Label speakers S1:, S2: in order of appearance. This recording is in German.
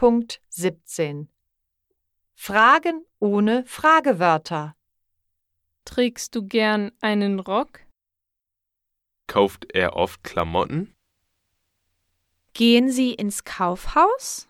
S1: 7.17 Fragen ohne Fragewörter.
S2: Trägst du gern einen Rock?
S3: Kauft er oft Klamotten?
S4: Gehen Sie ins Kaufhaus?